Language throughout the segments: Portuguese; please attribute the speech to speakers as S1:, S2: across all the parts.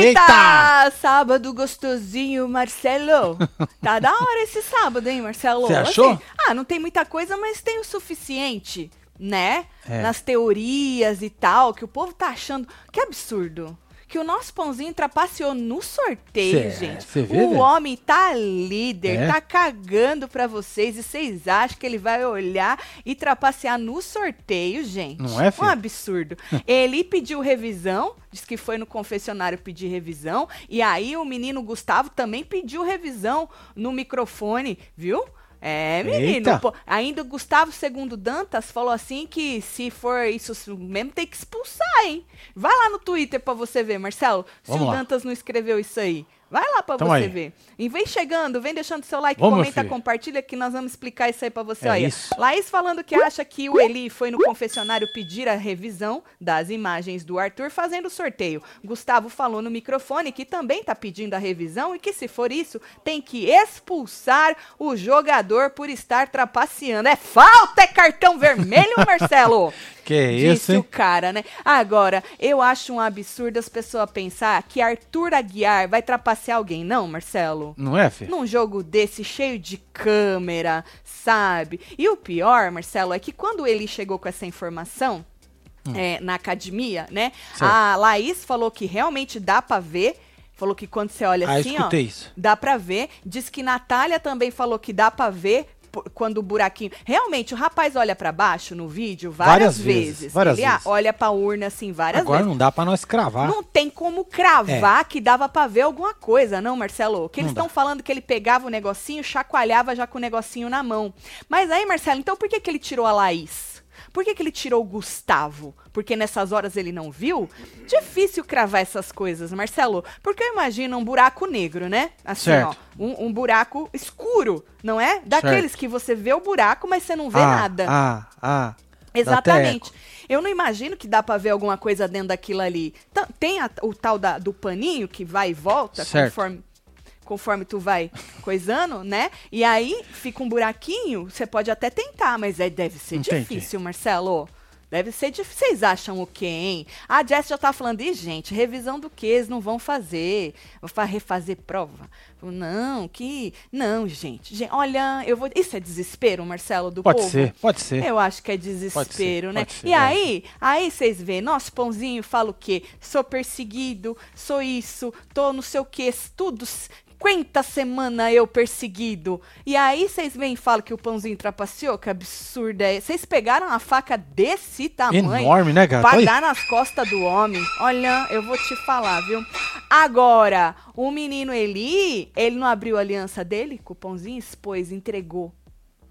S1: Eita!
S2: Sábado gostosinho, Marcelo. Tá da hora esse sábado, hein, Marcelo?
S1: Você achou?
S2: Assim, ah, não tem muita coisa, mas tem o suficiente, né?
S1: É.
S2: Nas teorias e tal, que o povo tá achando. Que absurdo. Que o nosso pãozinho trapaceou no sorteio,
S1: Cê-
S2: gente.
S1: cê vê,
S2: o
S1: velho?
S2: homem tá líder,
S1: É.
S2: tá cagando pra vocês e vocês acham que ele vai olhar e trapacear no sorteio, gente?
S1: Não é,
S2: Um
S1: filho?
S2: absurdo. Ele pediu revisão, disse que foi no confessionário pedir revisão, e aí o menino Gustavo também pediu revisão no microfone, viu? É, menino.
S1: Eita.
S2: pô. ainda o Gustavo, segundo Dantas, falou assim que se for isso mesmo, tem que expulsar, hein? Vai lá no Twitter pra você ver, Marcelo, se
S1: Vamos
S2: o
S1: lá.
S2: Dantas não escreveu isso aí. Vai lá pra
S1: Tamo
S2: você
S1: aí.
S2: ver. E vem chegando, vem deixando seu like,
S1: Vamos, meu
S2: comenta,
S1: filho.
S2: compartilha, que nós vamos explicar isso aí pra você.
S1: É
S2: olha.
S1: isso.
S2: Laís falando que acha que o Eli foi no confessionário pedir a revisão das imagens do Arthur fazendo o sorteio. Gustavo falou no microfone que também tá pedindo a revisão e que se for isso, tem que expulsar o jogador por estar trapaceando. É falta, é cartão vermelho, Marcelo!
S1: Que é
S2: Disse
S1: isso,
S2: o
S1: hein?
S2: cara, né? Agora, eu acho um absurdo as pessoas pensar que Arthur Aguiar vai trapacear alguém, não, Marcelo?
S1: Não é, filho?
S2: Num jogo desse, cheio de câmera, sabe? E o pior, Marcelo, é que quando ele chegou com essa informação é, na academia, né?
S1: Hum. Certo.
S2: A Laís falou que realmente dá pra ver. Falou que quando você olha
S1: Ah, eu
S2: assim, ó.
S1: escutei isso.
S2: Dá pra ver. Diz que Natália também falou que dá pra ver por- quando o buraquinho. Realmente, o rapaz olha pra baixo no vídeo várias,
S1: Várias vezes,
S2: vezes.
S1: várias
S2: ele ah,
S1: vezes.
S2: olha pra urna assim várias
S1: Agora
S2: vezes.
S1: não dá pra nós cravar. É.
S2: Não tem como cravar que dava pra ver alguma coisa, não, Marcelo? Que eles
S1: Não dá.
S2: estão falando que ele pegava o negocinho, chacoalhava já com o negocinho na mão. Mas aí, Marcelo, então por que, que ele tirou a Laís? Por que, que ele tirou o Gustavo? Porque nessas horas ele não viu? Difícil cravar essas coisas, Marcelo. Porque eu imagino um buraco negro, né? Assim,
S1: Certo.
S2: ó. Um, um buraco escuro, não é? Daqueles que você vê o buraco, mas você não vê
S1: ah,
S2: nada.
S1: Ah, ah. dá até
S2: Exatamente.
S1: eco.
S2: Eu não imagino que dá pra ver alguma coisa dentro daquilo ali. Ta- Tem a- o tal da- do paninho que vai e volta
S1: Certo.
S2: conforme conforme tu vai coisando, né? E aí fica um buraquinho, você pode até tentar, mas é, deve ser
S1: Entendi.
S2: difícil, Marcelo. Deve ser difícil. Vocês acham o quê, hein? A Jess já tá falando, e gente, revisão do que eles não vão fazer? Vai refazer prova? Não, que... Não, gente. Gen- Olha, eu vou... Isso é desespero, Marcelo, do
S1: Pode
S2: povo?
S1: ser, pode ser.
S2: Eu acho que é desespero,
S1: ser,
S2: né?
S1: pode ser,
S2: e
S1: é.
S2: aí, aí vocês veem, nosso pãozinho fala o quê? Sou perseguido, sou isso, tô não sei o quê, tudo. 50 semana eu perseguido. E aí vocês vêm e falam que o pãozinho trapaceou, que absurdo é. esse? Vocês pegaram uma faca desse tamanho
S1: Enorme, né, gato?
S2: pra
S1: Olha.
S2: dar nas costas do homem. Olha, eu vou te falar, viu? Agora, o menino Eli, ele não abriu a aliança dele, com o pãozinho expôs, entregou.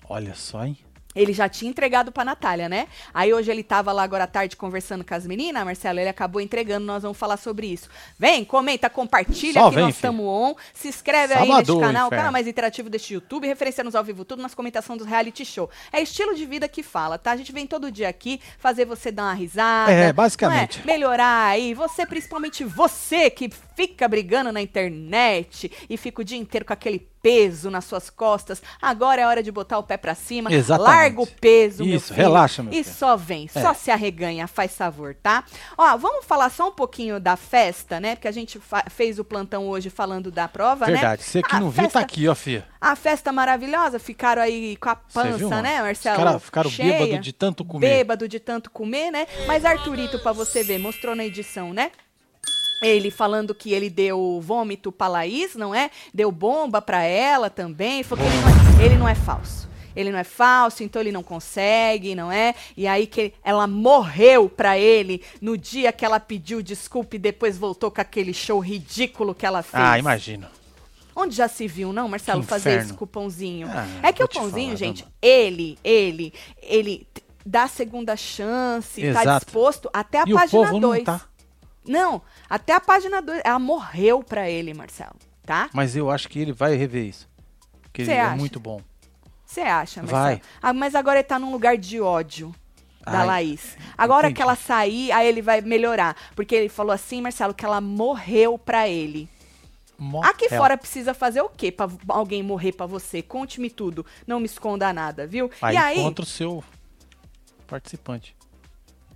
S1: Olha só, hein?
S2: Ele já tinha entregado pra Natália, né? Aí hoje ele tava lá agora à tarde conversando com as meninas, Marcelo, ele acabou entregando, nós vamos falar sobre isso. Vem, comenta, compartilha
S1: Só
S2: que
S1: vem,
S2: nós
S1: filho.
S2: estamos on. Se inscreve aí
S1: Sabadão,
S2: neste canal, o
S1: inferno.
S2: canal mais interativo deste YouTube, referenciamos ao vivo tudo, nossa comentação dos reality show. É estilo de vida que fala, tá? A gente vem todo dia aqui fazer você dar uma risada.
S1: É,
S2: não
S1: basicamente.
S2: Melhorar aí, você, principalmente você que fica brigando na internet e fica o dia inteiro com aquele peso nas suas costas. Agora é hora de botar o pé pra cima.
S1: Exatamente.
S2: Larga o peso, meu
S1: Isso,
S2: filho,
S1: relaxa, meu
S2: E
S1: filho. É.
S2: só vem, só se arreganha, faz favor, tá? Ó, vamos falar só um pouquinho da festa, né? Porque a gente fa- fez o plantão hoje falando da prova, né?
S1: Verdade. Você que
S2: A
S1: não viu,
S2: festa-
S1: tá aqui, ó, filho.
S2: A festa maravilhosa, ficaram aí com a
S1: Você viu,
S2: pança,
S1: mano?
S2: né, Marcelo?
S1: Os caras ficaram
S2: Cheia
S1: bêbados de tanto comer.
S2: bêbado de tanto comer, né? Mas Arthurito pra você ver, mostrou na edição, né? Ele falando que ele deu vômito pra Laís, não é? Deu bomba pra ela também. Falou que ele não, é, ele não é falso. Ele não é falso, então ele não consegue, não é? E aí que ela morreu pra ele no dia que ela pediu desculpa e depois voltou com aquele show ridículo que ela fez.
S1: Ah, imagino.
S2: Onde já se viu, não, Marcelo,
S1: Que
S2: fazer
S1: inferno.
S2: isso com o pãozinho?
S1: Ah,
S2: é que
S1: vou
S2: o
S1: te
S2: pãozinho,
S1: falar,
S2: gente,
S1: né,
S2: ele, ele, ele t- dá a segunda chance, tá
S1: Exato.
S2: disposto até a
S1: E o
S2: página
S1: povo não
S2: 2.
S1: tá.
S2: Não, até a página 2. Ela morreu pra ele, Marcelo, tá?
S1: Mas eu acho que ele vai rever isso. Porque
S2: Você
S1: ele
S2: acha?
S1: é muito bom.
S2: Você acha, Marcelo?
S1: Vai.
S2: Ah, mas agora ele tá num lugar de ódio. Da
S1: Ai,
S2: Laís. Agora
S1: entendi.
S2: que ela sair, aí ele vai melhorar. Porque ele falou assim, Marcelo, que ela morreu pra ele.
S1: Mó
S2: Aqui
S1: hell.
S2: fora precisa fazer o quê pra v- alguém morrer pra você? Conte-me tudo, não me esconda nada, viu?
S1: Aí
S2: e aí?
S1: contra o seu participante.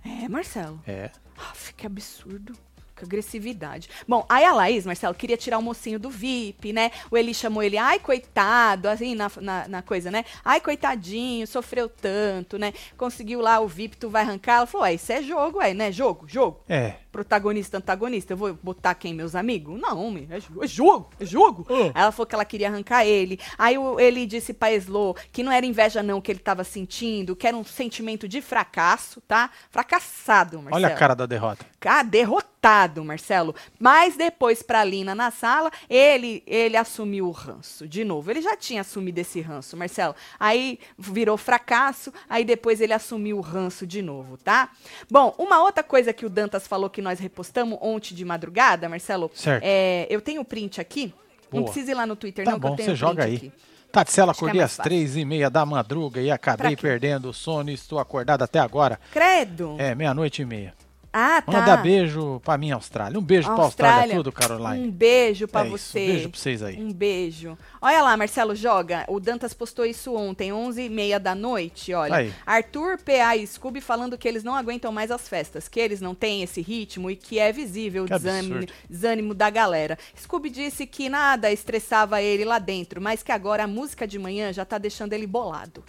S2: É, Marcelo.
S1: É.
S2: Aff, que absurdo. Que agressividade. Bom, aí a Laís, Marcelo, queria tirar o mocinho do VIP, né? O Eli chamou ele, ai, coitado, assim, na, na, na coisa, né? Ai, coitadinho, sofreu tanto, né? Conseguiu lá o VIP, tu vai arrancar. Ela falou, é, isso é jogo, é, né? Jogo, jogo.
S1: É.
S2: Protagonista, antagonista, eu vou botar quem? Meus amigos? Não, homem, é, jo- é jogo, é jogo.
S1: Ah.
S2: Aí ela falou que ela queria arrancar ele. Aí o- ele disse pra Eslo que não era inveja, não, que ele tava sentindo, que era um sentimento de fracasso, tá? Fracassado, Marcelo.
S1: Olha a cara da derrota.
S2: Ah, derrotado, Marcelo. Mas depois, pra Lina na sala, ele ele assumiu o ranço. De novo, ele já tinha assumido esse ranço, Marcelo. Aí virou fracasso, aí depois ele assumiu o ranço de novo, tá? Bom, uma outra coisa que o Dantas falou que nós repostamos ontem de madrugada, Marcelo.
S1: Certo.
S2: é, eu tenho o print aqui. Não
S1: Boa.
S2: precisa ir lá no Twitter,
S1: Tá
S2: não, que
S1: bom,
S2: eu tenho
S1: você
S2: o
S1: joga
S2: print
S1: aí.
S2: um aqui.
S1: Tatiela,
S2: Acho que é
S1: acordei
S2: mais
S1: às
S2: fácil.
S1: três e meia da madruga e acabei
S2: quê?
S1: perdendo o sono e estou acordado até agora.
S2: Credo.
S1: É, meia-noite e meia.
S2: Ah, tá.
S1: Manda beijo pra minha Austrália. Um beijo pra Austrália, tudo, Caroline.
S2: Um beijo pra
S1: É isso,
S2: você.
S1: Um beijo pra vocês aí.
S2: Um beijo. Olha lá, Marcelo Joga. O Dantas postou isso ontem, 11h30 da noite, olha.
S1: Aí.
S2: Arthur, PA e Scooby falando que eles não aguentam mais as festas, que eles não têm esse ritmo e que é visível o
S1: Que
S2: desânimo,
S1: absurdo.
S2: desânimo da galera. Scooby disse que nada estressava ele lá dentro, mas que agora a música de manhã já tá deixando ele bolado.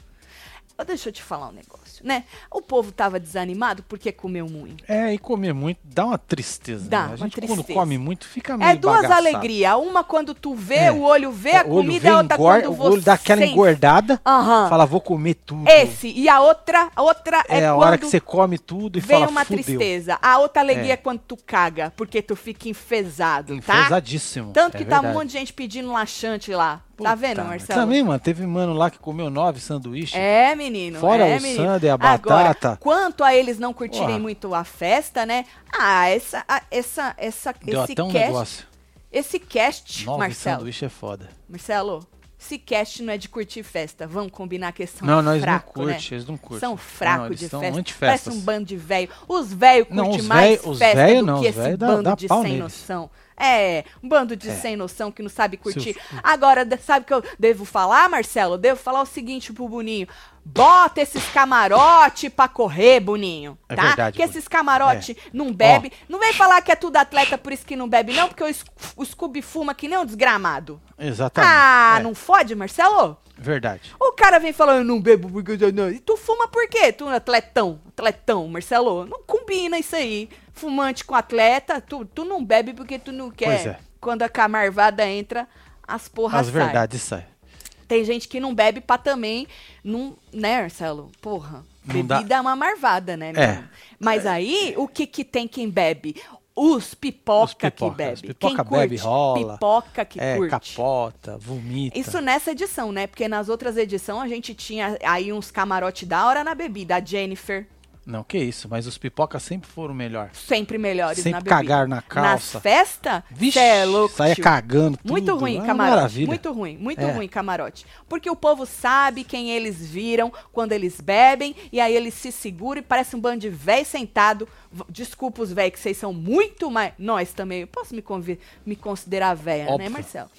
S2: Ó, Deixa eu te falar um negócio, né? O povo tava desanimado porque comeu muito.
S1: É, e comer muito dá uma tristeza.
S2: Dá
S1: né?
S2: uma
S1: A gente quando
S2: tristeza.
S1: come muito fica meio
S2: É duas
S1: bagaçado.
S2: alegrias. Uma quando tu vê,
S1: É.
S2: o olho vê a
S1: o olho
S2: comida,
S1: vem,
S2: a outra
S1: engorda,
S2: quando
S1: O
S2: você
S1: olho dá aquela
S2: sente.
S1: engordada,
S2: Aham.
S1: fala, vou comer tudo.
S2: Esse. E a outra, a outra é,
S1: é a
S2: quando
S1: hora que você come tudo e
S2: vem
S1: fala,
S2: uma
S1: fudeu.
S2: tristeza. A outra alegria
S1: É.
S2: é quando tu caga, porque tu fica enfesado, tá?
S1: Enfesadíssimo.
S2: Tanto
S1: é
S2: que tá um
S1: verdade.
S2: monte de gente pedindo laxante lá.
S1: Puta,
S2: tá vendo,
S1: mas
S2: Marcelo?
S1: Também, mano, teve mano lá que comeu nove sanduíches.
S2: É, menino.
S1: Fora
S2: é,
S1: o
S2: menino.
S1: Sander, a
S2: Agora,
S1: batata.
S2: quanto a eles não curtirem
S1: Porra.
S2: muito a festa, né? Ah, essa, a- essa, essa,
S1: Deu
S2: esse
S1: até um
S2: cast,
S1: negócio.
S2: esse cast,
S1: Nove
S2: Marcelo,
S1: sanduíches é foda.
S2: Marcelo, esse cast não é de curtir festa. Vamos combinar que são
S1: não, não, eles não
S2: fraco, né?
S1: curtem, eles não curtem.
S2: São fracos
S1: Não, eles
S2: de
S1: são
S2: festa. Parece
S1: antifestas.
S2: um bando de velho. Os velhos
S1: Não,
S2: curtem
S1: os
S2: mais
S1: véio- os
S2: festa
S1: véio
S2: do
S1: não,
S2: que
S1: os
S2: esse
S1: véio dá-
S2: bando
S1: dá
S2: de sem
S1: pau neles.
S2: noção. É, um bando de sem noção que não sabe curtir.
S1: os-
S2: Agora, de- sabe o que eu devo falar, Marcelo? Eu devo falar o seguinte pro Boninho. Bota esses camarote pra correr, Boninho.
S1: É
S2: tá?
S1: verdade,
S2: que
S1: Boninho. É.
S2: esses camarote não bebe. Não vem falar que é tudo atleta, por isso que não bebe, não, porque o, Sc- o Scooby fuma que nem um desgramado.
S1: Exatamente.
S2: Ah,
S1: é,
S2: não fode, Marcelo?
S1: Verdade.
S2: O cara vem falando, eu não bebo porque eu já não. E tu fuma por quê? Tu é atletão, atletão, Marcelo. Não combina isso aí. Fumante com atleta, tu, tu não bebe porque tu não quer.
S1: Pois é.
S2: Quando a camarvada entra, as porras
S1: As
S2: saem.
S1: verdades saem.
S2: Tem gente que não bebe pra também, não, né, Marcelo? Porra,
S1: Não dá. É.
S2: bebida é uma marvada, né? menino? Mas aí, o que que tem quem bebe? Os pipoca,
S1: Os pipoca,
S2: que bebe.
S1: os pipoca
S2: quem
S1: bebe,
S2: curte?
S1: rola,
S2: Pipoca que
S1: é,
S2: curte.
S1: capota, vomita.
S2: Isso nessa edição, né? Porque nas outras edições a gente tinha aí uns camarote da hora na bebida. A Jennifer,
S1: Não, que isso, mas os pipocas sempre foram melhor.
S2: sempre melhores na
S1: Sempre
S2: bebida.
S1: cagaram na calça.
S2: Nas festas,
S1: Vixe,
S2: cê é louco,
S1: saia
S2: tio.
S1: cagando tudo.
S2: Muito ruim,
S1: Ah,
S2: camarote.
S1: Maravilha.
S2: Muito ruim, muito
S1: É.
S2: ruim, camarote. Porque o povo sabe quem eles viram quando eles bebem, e aí eles se seguram e parece um bando de véi sentado. V- Desculpa os véi, que vocês são muito mais. Nós também. Eu posso me, convi- me considerar véia, né,
S1: Óbvio.
S2: Marcelo?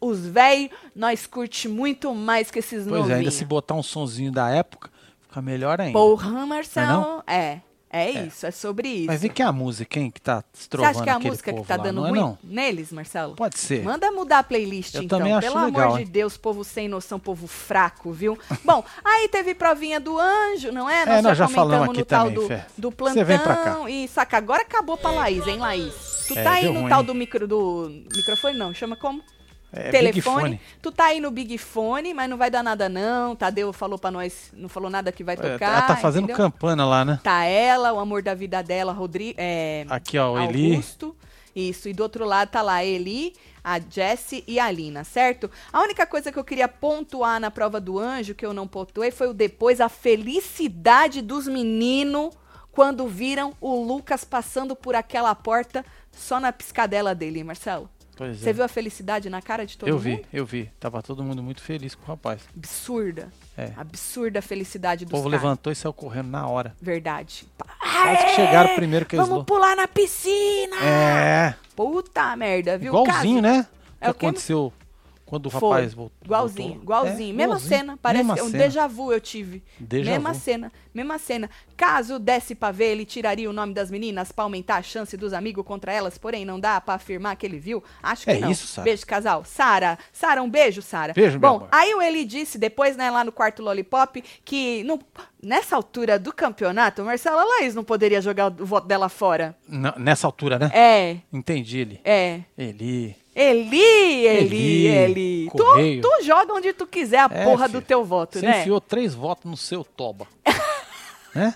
S2: Os véi, nós curte muito mais que esses
S1: Pois é, ainda
S2: novinhos.
S1: se botar um sonzinho da época, fica melhor ainda.
S2: Porra,
S1: Não
S2: Marcelo. É, é, isso, é sobre isso.
S1: Mas vê que é a música, hein, que tá
S2: Você
S1: estrovando
S2: acha que é a
S1: aquele
S2: música que
S1: povo
S2: tá
S1: lá,
S2: dando
S1: não é
S2: ruim
S1: não?
S2: neles, Marcelo?
S1: Pode ser.
S2: Manda mudar a playlist,
S1: Eu
S2: então.
S1: também acho
S2: Pelo
S1: legal,
S2: amor de
S1: hein?
S2: Deus, povo sem noção, povo fraco, viu? Bom, aí teve provinha do anjo, não é?
S1: nós já falamos
S2: comentamos
S1: aqui
S2: no tal
S1: também,
S2: do,
S1: Fê.
S2: do plantão.
S1: Você vem pra
S2: E saca, agora acabou pra Laís, hein, Laís? Tu
S1: É,
S2: tá aí
S1: deu
S2: no
S1: ruim,
S2: tal
S1: hein?
S2: do, micro, do microfone, não, chama como?
S1: É, Big
S2: Telefone.
S1: Fone.
S2: Tu tá aí no Big Fone, mas não vai dar nada, não. Tadeu falou pra nós, não falou nada que vai
S1: É,
S2: tocar.
S1: Ela tá fazendo
S2: entendeu?
S1: campana lá, né?
S2: Tá ela, o amor da vida dela, Rodrigo. É,
S1: Aqui, ó, o Eli.
S2: Augusto. Isso, e do outro lado tá lá a Eli, a Jessie e a Alina, certo? A única coisa que eu queria pontuar na prova do anjo, que eu não pontuei, foi o depois, a felicidade dos meninos quando viram o Lucas passando por aquela porta só na piscadela dele, Marcelo.
S1: Pois
S2: Você
S1: é.
S2: viu a felicidade na cara de todo
S1: eu
S2: mundo?
S1: vi, eu vi. Tava todo mundo muito feliz com o rapaz.
S2: Absurda.
S1: É.
S2: Absurda a felicidade
S1: O
S2: dos
S1: povo
S2: caras.
S1: levantou e saiu correndo na hora.
S2: Verdade.
S1: Quase que chegaram primeiro que eles
S2: Vamos pular na piscina!
S1: É,
S2: Puta merda, viu?
S1: igualzinho,
S2: Caso-
S1: né? O que
S2: É o que-
S1: aconteceu Quando o
S2: Foi.
S1: rapaz voltou.
S2: Igualzinho,
S1: voltou.
S2: igualzinho.
S1: É,
S2: mesma
S1: igualzinho.
S2: cena. Parece
S1: Mesma
S2: que é um
S1: cena.
S2: déjà vu eu tive.
S1: Déjà
S2: mesma
S1: vu.
S2: cena, mesma cena. Caso desse pra ver, ele tiraria o nome das meninas pra aumentar a chance dos amigos contra elas, porém não dá pra afirmar que ele viu. Acho que
S1: É
S2: não.
S1: isso, Sara.
S2: Beijo, casal. Sara, Sara, um beijo, Sara.
S1: Beijo, meu
S2: Bom,
S1: amor.
S2: aí o Eli disse depois, né, lá no quarto Lollipop, que no- nessa altura do campeonato, Marcela Laís não poderia jogar o voto dela fora.
S1: Não, nessa altura, né?
S2: É,
S1: Entendi ele.
S2: é.
S1: Ele.
S2: Eli, Eli,
S1: Eli,
S2: Eli. Tu,
S1: Correio.
S2: tu joga onde tu quiser a
S1: É,
S2: porra
S1: filho.
S2: do teu voto,
S1: Você
S2: né?
S1: enfiou três votos no seu toba. né?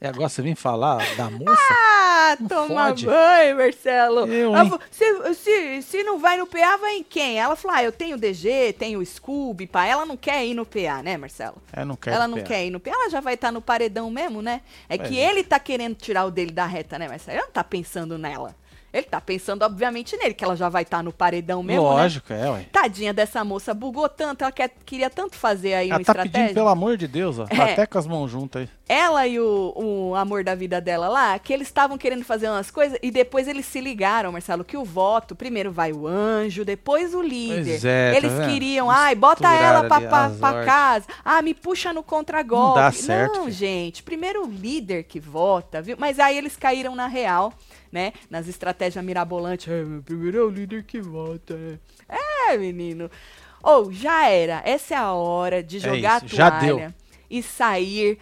S1: E agora você vem falar da moça?
S2: Ah,
S1: Não
S2: toma
S1: fode.
S2: banho, Marcelo.
S1: Eu,
S2: Ah,
S1: hein?
S2: vo- se, se, se não vai no PA, vai em quem? Ela falou, ah, eu tenho DG, tenho Scooby, pá. Ela não quer ir no PA, né, Marcelo?
S1: Ela não É, quer.
S2: ela
S1: no
S2: não
S1: PA.
S2: quer ir no PA, ela já vai estar no paredão mesmo, né? É
S1: Pois
S2: que
S1: é.
S2: ele tá querendo tirar o dele da reta, né, Marcelo? Ele não tá pensando nela. Ele tá pensando, obviamente, nele, que ela já vai estar no paredão mesmo, né?
S1: Lógico, é, ué.
S2: Tadinha dessa moça, bugou tanto, ela quer- queria tanto fazer aí uma
S1: Ela tá
S2: estratégia.
S1: pedindo, pelo amor de Deus, ó. Tá
S2: É.
S1: Até com as mãos juntas aí.
S2: Ela e o, o amor da vida dela lá, que eles estavam querendo fazer umas coisas e depois eles se ligaram, Marcelo, que o voto, primeiro vai o anjo, depois o líder.
S1: Pois é, tá
S2: eles
S1: vendo?
S2: queriam, ai, bota
S1: Misturaram
S2: ela pra,
S1: ali
S2: pra,
S1: as
S2: pra
S1: ordens.
S2: casa, ah, me puxa no contragolpe.
S1: Não dá certo,
S2: Não,
S1: filho.
S2: gente, primeiro o líder que vota, viu? Mas aí eles caíram na real, né? Nas estratégias mirabolantes. É, meu primeiro é o líder que vota, né? É, menino. Ou já era. Essa é a hora de jogar
S1: isso,
S2: a
S1: já
S2: toalha
S1: deu.
S2: e sair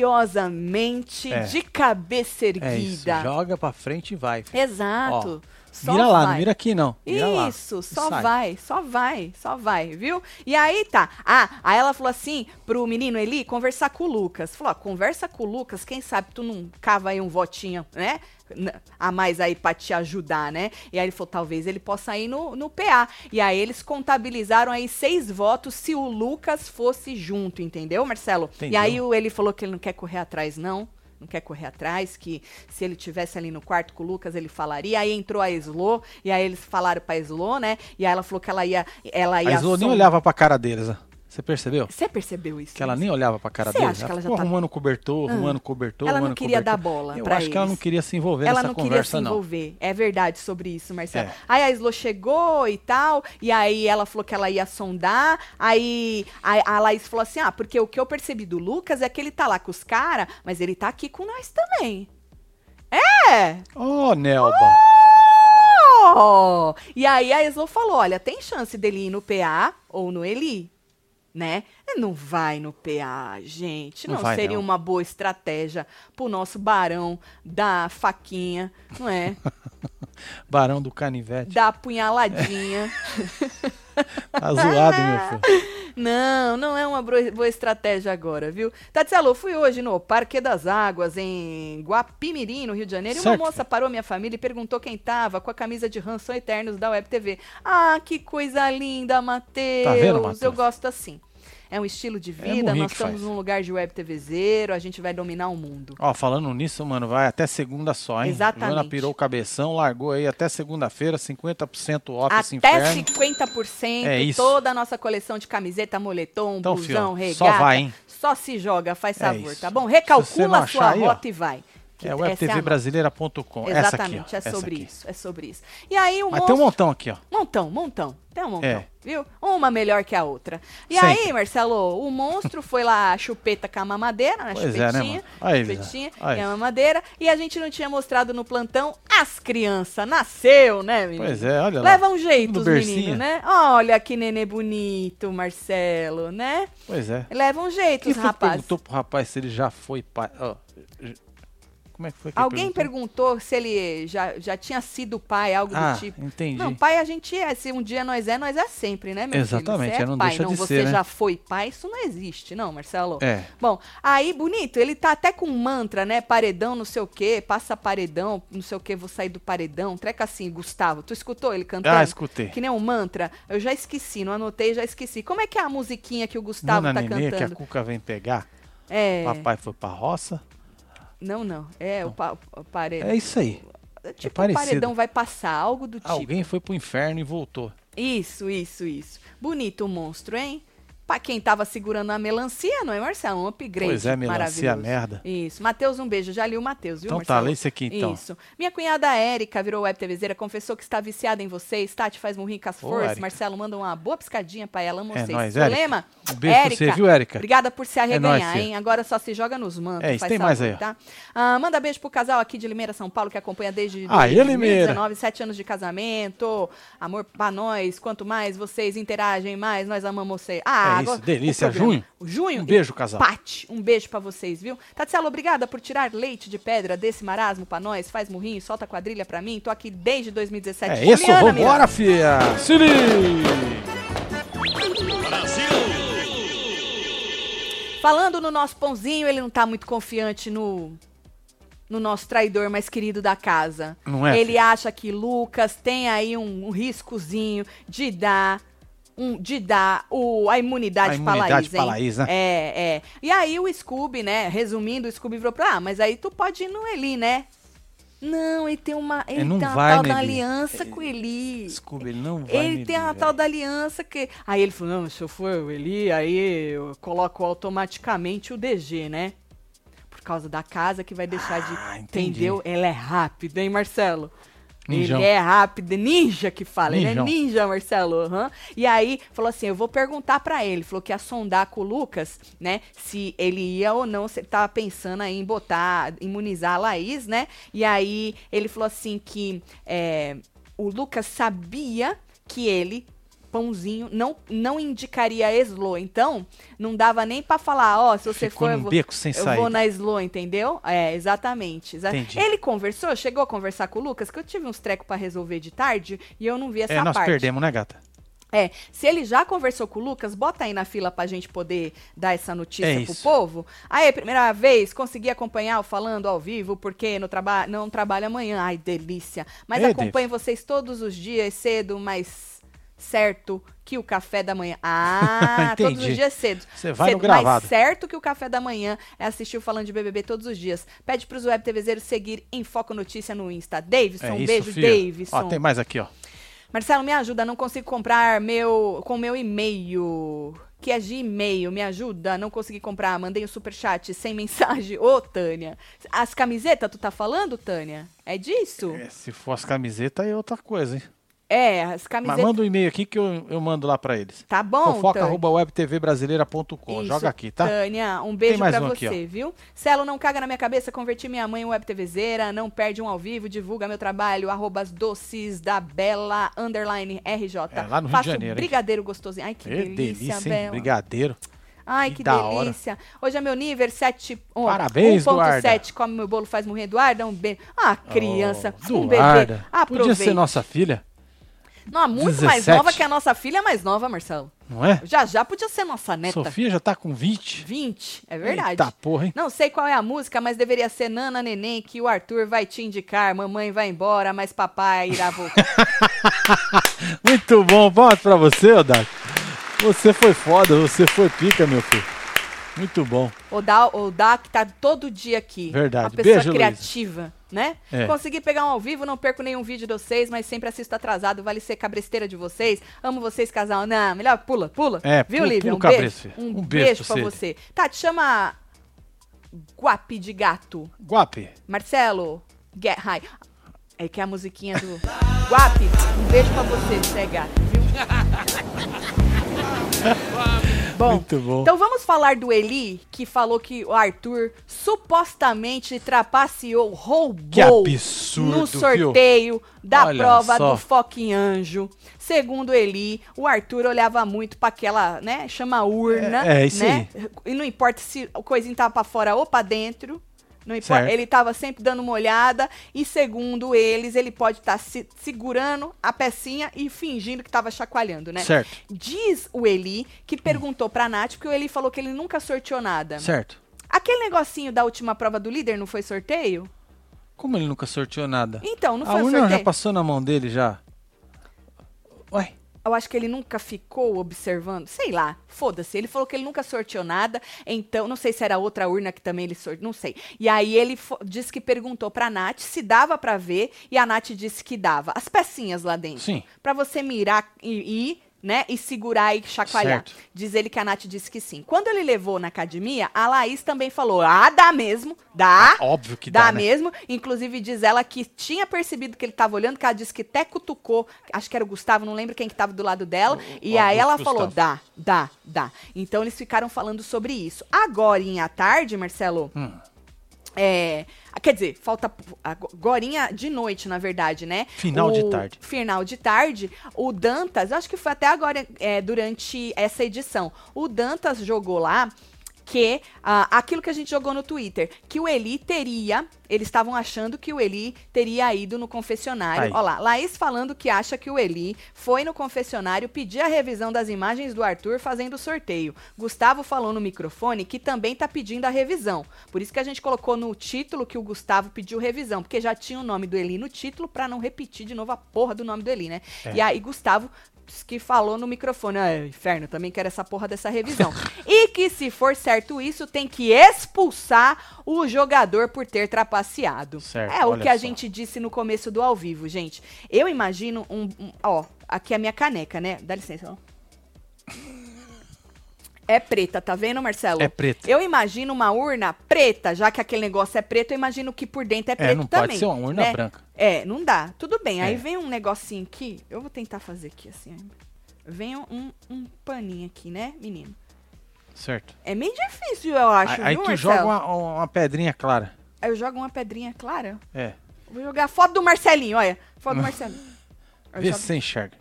S2: graciosamente
S1: É.
S2: de cabeça
S1: É isso.
S2: erguida.
S1: Joga pra frente e vai. filho.
S2: Exato. É Só
S1: mira lá, não
S2: vai.
S1: mira aqui não. Mira lá.
S2: Isso, só
S1: Sai.
S2: vai, só vai, só vai, viu? E aí tá. Ah, aí ela falou assim pro menino Eli conversar com o Lucas. Falou, ó, conversa com o Lucas, quem sabe tu não cava aí um votinho, né? N- A mais aí pra te ajudar, né? E aí ele falou, talvez ele possa ir no, no PA. E aí eles contabilizaram aí seis votos se o Lucas fosse junto, entendeu, Marcelo? E
S1: Entendeu.
S2: aí o Eli falou que ele não quer correr atrás, não. Não quer correr atrás, que se ele tivesse ali no quarto com o Lucas, ele falaria. Aí entrou a Slo, e aí eles falaram pra Slo, né? E aí ela falou que ela ia. Ela ia
S1: A Slow nem
S2: som-
S1: olhava pra cara deles, ó. Você percebeu?
S2: Você percebeu isso?
S1: Que ela nem olhava pra cara
S2: Você
S1: deles. né?
S2: acha que ela já
S1: ficou
S2: tá-
S1: arrumando cobertor, arrumando cobertor,
S2: Ela não
S1: arrumando
S2: queria dar
S1: cobertor.
S2: bola
S1: Eu
S2: pra
S1: acho que ela
S2: eles.
S1: não queria se envolver
S2: Ela
S1: nessa
S2: não queria se
S1: conversa, não.
S2: envolver. É verdade sobre isso, Marcelo.
S1: É.
S2: Aí a Slo chegou e tal, e aí ela falou que ela ia sondar. Aí a, a Laís falou assim: ah, porque o que eu percebi do Lucas é que ele tá lá com os caras, mas ele tá aqui com nós também. É!
S1: Ô, Nelba.
S2: Oh! E aí a Eslo falou: olha, tem chance dele ir no PA ou no Eli, né? Não vai no PA, gente. Não,
S1: Não vai,
S2: seria
S1: não.
S2: uma boa estratégia pro nosso barão da faquinha, não é?
S1: Barão do Canivete.
S2: Da punhaladinha.
S1: Tá zoado,
S2: Ah.
S1: meu filho.
S2: Não, não é uma bro- boa estratégia agora, viu? Tatielo, fui hoje no Parque das Águas, em Guapimirim, no Rio de Janeiro, e
S1: Certo.
S2: uma moça parou minha família e perguntou quem tava com a camisa de Hans São Eternos da Web TV. Ah, que coisa linda, Matheus!
S1: Matheus?
S2: Eu gosto assim. É um estilo de vida,
S1: Monique
S2: nós
S1: que
S2: estamos
S1: faz.
S2: num lugar de web TVzeiro, a gente vai dominar o mundo.
S1: Ó, falando nisso, mano, vai até segunda só, hein?
S2: Exatamente.
S1: Luana pirou o cabeção, largou aí até segunda-feira, 50% off esse
S2: Até
S1: inferno.
S2: 50%,
S1: É isso.
S2: toda a nossa coleção de camiseta, moletom,
S1: Então,
S2: blusão,
S1: fio,
S2: regata.
S1: só vai, hein?
S2: Só se joga, faz
S1: É
S2: sabor,
S1: isso.
S2: tá bom?
S1: Se você
S2: Recalcula
S1: não
S2: a sua
S1: achar aí, ó,
S2: rota e vai. Que
S1: É
S2: essa a nossa.
S1: webtvbrasilera.com. Essa aqui, ó.
S2: Exatamente,
S1: essa
S2: é sobre
S1: aqui.
S2: isso, é sobre isso. E aí o
S1: Mas
S2: monstro...
S1: tem um montão aqui, ó.
S2: Montão, montão. Tem um montão,
S1: É.
S2: viu? Uma melhor que a outra. E
S1: Sempre.
S2: aí, Marcelo, o monstro foi lá, a chupeta com a mamadeira, né?
S1: Pois é, né,
S2: chupetinha,
S1: mano? Olha aí,
S2: chupetinha
S1: Isa. Olha
S2: e a
S1: isso.
S2: mamadeira. E a gente não tinha mostrado no plantão as crianças. Nasceu, né, menino?
S1: Pois é, olha lá.
S2: Leva um jeito
S1: Tudo
S2: os
S1: bercinho.
S2: meninos, né? Olha que nenê bonito, Marcelo, né?
S1: Pois é.
S2: Leva um jeito
S1: Quem
S2: os
S1: foi que
S2: rapazes.
S1: perguntou pro rapaz se ele já foi pai? Ó, j- como é que foi que ele
S2: Alguém perguntou se ele já, já tinha sido pai, algo
S1: Ah,
S2: do tipo.
S1: entendi.
S2: Não, pai a gente é. Se um dia nós é, nós é sempre, né, meu filho?
S1: Exatamente,
S2: Você é
S1: é, não
S2: pai,
S1: deixa
S2: não,
S1: de
S2: você
S1: ser, né?
S2: já foi pai, isso não existe, não, Marcelo.
S1: É.
S2: Bom, aí, bonito, ele tá até com um mantra, né? Paredão, não sei o quê, passa paredão, não sei o quê, vou sair do paredão. Treca assim, Gustavo. Tu escutou ele cantando?
S1: Ah, escutei.
S2: Que nem um mantra. Eu já esqueci, não anotei, já esqueci. Como é que é a musiquinha que o Gustavo
S1: Nana
S2: tá
S1: Nenê, que a
S2: cantando?
S1: Cuca vem pegar.
S2: É.
S1: Papai foi pra roça.
S2: Não, não. É o, pa o paredão.
S1: É isso aí.
S2: tipo, o
S1: parecido.
S2: paredão vai passar, algo do tipo.
S1: Alguém foi pro inferno e voltou.
S2: Isso, isso, isso. Bonito o monstro, hein? Pra quem tava segurando a melancia, não é, Marcelo? Um upgrade.
S1: Pois é, melancia
S2: maravilhoso.
S1: merda.
S2: Isso. Matheus, um beijo. Já li o Matheus, viu,
S1: Então tá,
S2: Marcelo?
S1: lê esse aqui, então.
S2: Isso. Minha cunhada Érica virou web TVzeira, confessou que está viciada em vocês. Tati faz murrinho com as
S1: Ô,
S2: forças.
S1: Érica.
S2: Marcelo, manda uma boa piscadinha pra ela. Amo
S1: É
S2: vocês.
S1: nóis, Érica.
S2: Problema?
S1: Um beijo pra você, viu, Érica? É
S2: Obrigada por se
S1: nóis,
S2: arreganhar,
S1: Fê.
S2: hein? Agora só se joga nos mantos.
S1: É isso,
S2: faz
S1: tem mais
S2: favor,
S1: aí, ó.
S2: Tá? Ah, manda beijo pro casal aqui de Limeira, São Paulo, que acompanha desde
S1: Aê, Ah, Limeira!
S2: 2019, sete anos de casamento. Amor pra nós. Quanto mais vocês interagem, mais nós amamos vocês. Ah,
S1: É isso,
S2: agora-
S1: delícia.
S2: o programa-
S1: Junho.
S2: o Junho.
S1: Um beijo, casal.
S2: Pati, um beijo pra vocês, viu? Tatiana, obrigada por tirar leite de pedra desse marasmo pra nós. Faz murrinho, solta quadrilha pra mim. Tô aqui desde 2017.
S1: É isso,
S2: Juliana,
S1: vambora, fia! Se liga!
S2: Falando no nosso pãozinho, ele não tá muito confiante no no nosso traidor mais querido da casa.
S1: Não é,
S2: Ele
S1: filho?
S2: acha que Lucas tem aí um, um riscozinho de dar um, de dar o, a imunidade,
S1: A imunidade
S2: pra Laís,
S1: pra
S2: hein?
S1: Laís, né?
S2: É, é. E aí o Scooby, né, resumindo, o Scooby virou pra, ah, mas aí tu pode ir no Eli, né? Não, ele tem uma, ele,
S1: não
S2: tem uma
S1: vai
S2: tal
S1: no
S2: da
S1: Eli. É,
S2: aliança com o Eli.
S1: Desculpa, ele não vai.
S2: Ele tem a tal da aliança que. Aí ele falou: não, se eu for o Eli, aí eu coloco automaticamente o DG, né? Por causa da casa que vai deixar de.
S1: Ah, entendi.
S2: entendeu? Ela é rápida, hein, Marcelo?
S1: Ninjão.
S2: Ele é rápido, ninja que fala, ele é
S1: Ninjão.
S2: ninja, Marcelo. aham. E aí, falou assim: eu vou perguntar pra ele. Falou que ia sondar com o Lucas, né? Se ele ia ou não, se ele tava pensando aí em botar, imunizar a Laís, né? E aí, ele falou assim que é, o Lucas sabia que ele. Pãozinho não não indicaria a Slo, então não dava nem pra falar, ó, se você
S1: Ficou
S2: for eu
S1: num
S2: vou-
S1: beco sem
S2: eu vou
S1: saída.
S2: na Slo, entendeu? É, exatamente. exa-
S1: Entendi.
S2: Ele conversou, chegou a conversar com o Lucas, que eu tive uns trecos pra resolver de tarde e eu não vi essa
S1: É, nós
S2: parte.
S1: perdemos, né, gata?
S2: É, se ele já conversou com o Lucas, bota aí na fila pra gente poder dar essa notícia
S1: É
S2: pro
S1: isso.
S2: povo. Aí, primeira vez, consegui acompanhar o Falando ao vivo, porque no traba não trabalho amanhã. Ai, delícia. Mas
S1: É,
S2: acompanho vocês todos os dias, cedo, mas certo que o café da manhã. Ah, todos os
S1: Entendi.
S2: dias cedo.
S1: Você vai no
S2: Cedo, mas
S1: gravado.
S2: certo que o café da manhã é assistir o Falando de BBB todos os dias. Pede pros web TVzeiros seguir em Foco Notícia no Insta. Davidson,
S1: É
S2: um
S1: isso,
S2: beijo,
S1: fia.
S2: Davidson.
S1: Ó, tem mais aqui, ó.
S2: Marcelo, me ajuda, não consigo comprar meu com meu e-mail. Que é Gmail, me ajuda, não consegui comprar, mandei um superchat sem mensagem. Ô, Tânia. As camisetas, tu tá falando, Tânia? É disso?
S1: É, se fosse camiseta, é outra coisa, hein?
S2: É, as
S1: Mas
S2: camisetas.
S1: manda um e-mail aqui que eu, eu mando lá pra eles.
S2: Tá bom, Tânia.
S1: Fofoca.webtvbrasileira.com.
S2: Isso,
S1: Joga aqui, tá?
S2: Tânia, um beijo
S1: Tem mais
S2: pra
S1: um
S2: você,
S1: aqui,
S2: viu? Celo, não caga na minha cabeça, converti minha mãe em web TVzeira, não perde um ao vivo, divulga meu trabalho, arroba as doces da Bela, underline RJ.
S1: É, lá no Rio de
S2: Faço um
S1: Janeiro, hein?
S2: brigadeiro gostosinho. Ai, que
S1: Ê,
S2: delícia,
S1: delícia, hein?
S2: Bela.
S1: Brigadeiro.
S2: Ai,
S1: Que
S2: que
S1: da hora.
S2: delícia. Hoje é meu nível, 7... oh,
S1: Parabéns,
S2: 1.7, come meu bolo, faz morrer. Eduarda, um beijo. Ah, criança,
S1: Oh,
S2: um bebê.
S1: Eduarda. Podia
S2: Aproveita.
S1: ser nossa filha,
S2: Não, muito mais
S1: 17.
S2: nova que a nossa filha, é mais nova, Marcelo.
S1: não é?
S2: Já, já podia ser nossa neta.
S1: Sofia já tá com 20.
S2: 20, é verdade.
S1: Eita porra, hein?
S2: Não sei qual é a música, mas deveria ser Nana Neném, que o Arthur vai te indicar. Mamãe vai embora, mas papai irá voltar.
S1: Muito bom, palmas pra você, Odak. Você foi foda, você foi pica, meu filho. Muito bom.
S2: o, da, o da que tá todo dia aqui.
S1: Verdade.
S2: Uma pessoa
S1: Beijo, Luísa.
S2: criativa, né?
S1: É.
S2: Consegui pegar um ao vivo, não perco nenhum vídeo de vocês, mas sempre assisto atrasado. Vale ser cabresteira de vocês. Amo vocês, casal. Não, melhor pula, pula.
S1: É,
S2: Viu,
S1: pula-
S2: Lívia?
S1: pula
S2: um,
S1: o cabresto,
S2: beijo,
S1: filha.
S2: um,
S1: Um beijo
S2: beijo pra
S1: pra
S2: você. Tá, te chama Guapi de Gato.
S1: Guape,
S2: Marcelo, get high. É que é a musiquinha do Guap, um beijo pra você, você é gato, viu? Bom,
S1: Muito bom.
S2: então vamos falar do Eli, que falou que o Arthur supostamente trapaceou, roubou
S1: Que absurdo,
S2: no
S1: viu?
S2: sorteio da
S1: Olha
S2: prova
S1: só.
S2: do Foquinho Anjo. Segundo Eli, o Arthur olhava muito pra aquela, né, chama urna,
S1: É, é isso
S2: né? E não importa se o coisinho tava pra fora ou pra dentro, não importa,
S1: Certo.
S2: ele estava sempre dando uma olhada e, segundo eles, ele pode estar se segurando a pecinha e fingindo que estava chacoalhando, né?
S1: certo,
S2: Diz o Eli que perguntou pra Nath, porque o Eli falou que ele nunca sorteou nada.
S1: certo.
S2: Aquele negocinho da última prova do líder não foi sorteio?
S1: Como ele nunca sorteou nada?
S2: Então, não
S1: a
S2: foi um
S1: urna
S2: sorteio.
S1: já passou na mão dele já. Ué,
S2: Eu acho que ele nunca ficou observando, sei lá, foda-se. Ele falou que ele nunca sorteou nada, então, não sei se era outra urna que também ele sorteou, não sei. E aí ele fo- disse que perguntou pra Nath se dava pra ver, e a Nath disse que dava. As pecinhas lá dentro.
S1: Sim.
S2: Pra você mirar e ir, né? E segurar e chacoalhar.
S1: Certo.
S2: Diz ele que a Nath disse que sim. Quando ele levou na academia, a Laís também falou: ah, dá mesmo, dá.
S1: Óbvio que
S2: dá
S1: dá, né?
S2: mesmo. Inclusive, diz ela que tinha percebido que ele tava olhando, que ela disse que até cutucou. Acho que era o Gustavo, não lembro quem que tava do lado dela. e
S1: o
S2: aí ela
S1: Augusto
S2: falou:
S1: Gustavo.
S2: dá, dá, dá. Então eles ficaram falando sobre isso. Agora, à tarde, Marcelo.
S1: Hum.
S2: É, quer dizer, falta agora de noite, na verdade, né?
S1: Final de
S2: O-
S1: tarde.
S2: Final de tarde, o Dantas, eu acho que foi até agora é, durante essa edição. O Dantas jogou lá que ah, aquilo que a gente jogou no Twitter, que o Eli teria, eles estavam achando que o Eli teria ido no confessionário.
S1: Aí.
S2: Olha lá, Laís falando que acha que o Eli foi no confessionário pedir a revisão das imagens do Arthur fazendo o sorteio. Gustavo falou no microfone que também tá pedindo a revisão. Por isso que a gente colocou no título que o Gustavo pediu revisão, porque já tinha o nome do Eli no título pra não repetir de novo a porra do nome do Eli, né?
S1: É.
S2: E aí Gustavo disse que falou no microfone, ah, inferno, também quero essa porra dessa revisão. e que se for certo isso, tem que expulsar o jogador por ter trapaceado.
S1: Certo,
S2: é o
S1: olha
S2: que a
S1: só.
S2: gente disse no começo do ao vivo, gente. Eu imagino um, um- ó, aqui é a minha caneca, né? Dá licença, ó. É preta, tá vendo, Marcelo?
S1: É preta.
S2: Eu imagino uma urna preta, já que aquele negócio é preto, eu imagino que por dentro é preto
S1: não pode
S2: também.
S1: ser uma urna
S2: né?
S1: branca.
S2: É, não dá. Tudo bem. Aí
S1: É.
S2: vem um negocinho aqui. Eu vou tentar fazer aqui assim. ó. Vem um, um paninho aqui, né, menino?
S1: Certo.
S2: É meio difícil, eu acho.
S1: aí aí
S2: viu,
S1: tu
S2: Marcelo?
S1: joga uma, uma pedrinha clara.
S2: Aí eu jogo uma pedrinha clara.
S1: É.
S2: Vou jogar a foto do Marcelinho, olha. Foto do Marcelinho. Eu
S1: Ah. Vê
S2: jogo-
S1: se você enxerga.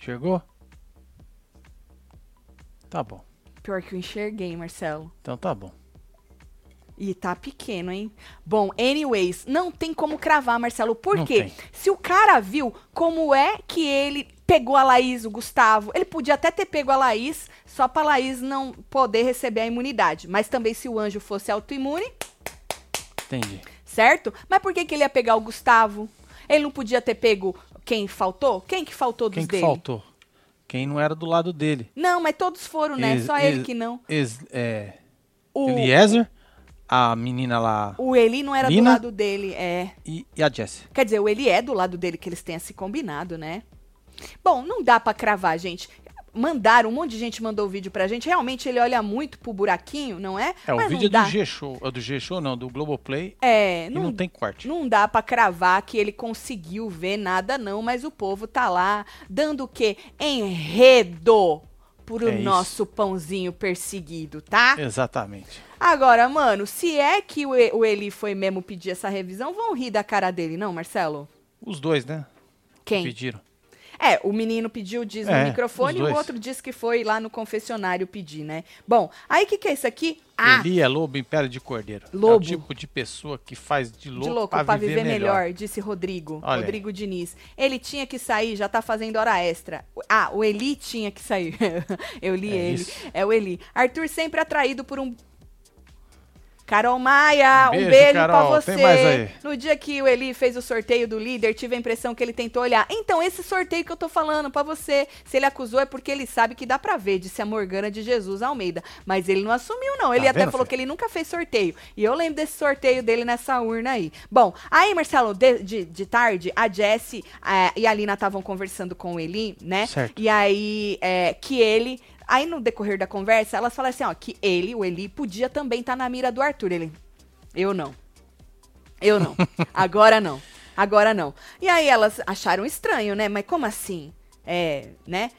S1: Enxergou? Tá bom.
S2: Pior que eu enxerguei, Marcelo.
S1: Então tá bom.
S2: E tá pequeno, hein? Bom, anyways, não tem como cravar, Marcelo. Por
S1: Não
S2: quê?
S1: tem.
S2: Se o cara viu como é que ele pegou a Laís, o Gustavo, ele podia até ter pego a Laís, só pra Laís não poder receber a imunidade. Mas também se o anjo fosse autoimune,
S1: Entendi.
S2: certo? Mas por que, que ele ia pegar o Gustavo? Ele não podia ter pego quem faltou? Quem que faltou dos
S1: Quem que
S2: dele?
S1: faltou? Quem não era do lado dele.
S2: Não, mas todos foram, né?
S1: Is-
S2: só ele
S1: is-
S2: que não.
S1: is- é,
S2: O,
S1: Eliezer, a menina lá
S2: o Eli não era
S1: Lina?
S2: do lado dele, é.
S1: e, e a Jessie.
S2: Quer dizer, o ele é do lado dele que eles tenham se combinado, né? Bom, não dá pra cravar, gente. Mandaram, um monte de gente mandou o vídeo pra gente. Realmente ele olha muito pro buraquinho, não é?
S1: É, o
S2: Mas
S1: vídeo
S2: não dá.
S1: é do G-Show. É do G-Show, não, do Globoplay.
S2: É,
S1: e não
S2: não,
S1: tem corte.
S2: não dá pra cravar que ele conseguiu ver nada, não, mas o povo tá lá dando o quê? Enredo pro
S1: É isso. É.
S2: nosso pãozinho perseguido, tá?
S1: Exatamente.
S2: Agora, mano, se é que o E- o Eli foi mesmo pedir essa revisão, vão rir da cara dele, não, Marcelo?
S1: Os dois, né?
S2: Quem?
S1: Pediram.
S2: É, o menino pediu, diz
S1: É,
S2: no microfone,
S1: os
S2: e o
S1: dois.
S2: outro diz que foi lá no confessionário pedir, né? Bom, aí o que, que é isso aqui? Ah,
S1: Eli é lobo em pele de cordeiro. É o
S2: Lobo.
S1: tipo de pessoa que faz de louco,
S2: de louco,
S1: pra, viver, melhor.
S2: disse Rodrigo.
S1: Olha aí.
S2: Rodrigo Diniz. Ele tinha que sair, já tá fazendo hora extra. Ah, o Eli tinha que sair. Eu li
S1: É
S2: ele.
S1: isso.
S2: É o Eli. Arthur sempre atraído por um. Carol Maia, um
S1: Beijo,
S2: beijo,
S1: Carol.
S2: pra
S1: Tem
S2: você.
S1: mais aí.
S2: No dia que o Eli fez o sorteio do líder, tive a impressão que ele tentou olhar. Então, esse sorteio que eu tô falando pra você, se ele acusou é porque ele sabe que dá pra ver, disse a Morgana de Jesus Almeida. Mas ele não assumiu, não. Ele
S1: Tá
S2: até
S1: vendo,
S2: falou
S1: filho?
S2: que ele nunca fez sorteio. E eu lembro desse sorteio dele nessa urna aí. Bom, aí, Marcelo, de, de- de tarde, a Jessie eh, e a Lina estavam conversando com o Eli, né?
S1: Certo.
S2: E aí, eh, que ele. Aí, no decorrer da conversa, elas falaram assim, ó, que ele, o Eli, podia também estar na mira do Arthur. Ele, eu não. Eu não. Agora não. Agora não. E aí elas acharam estranho, né? Mas como assim? É, né?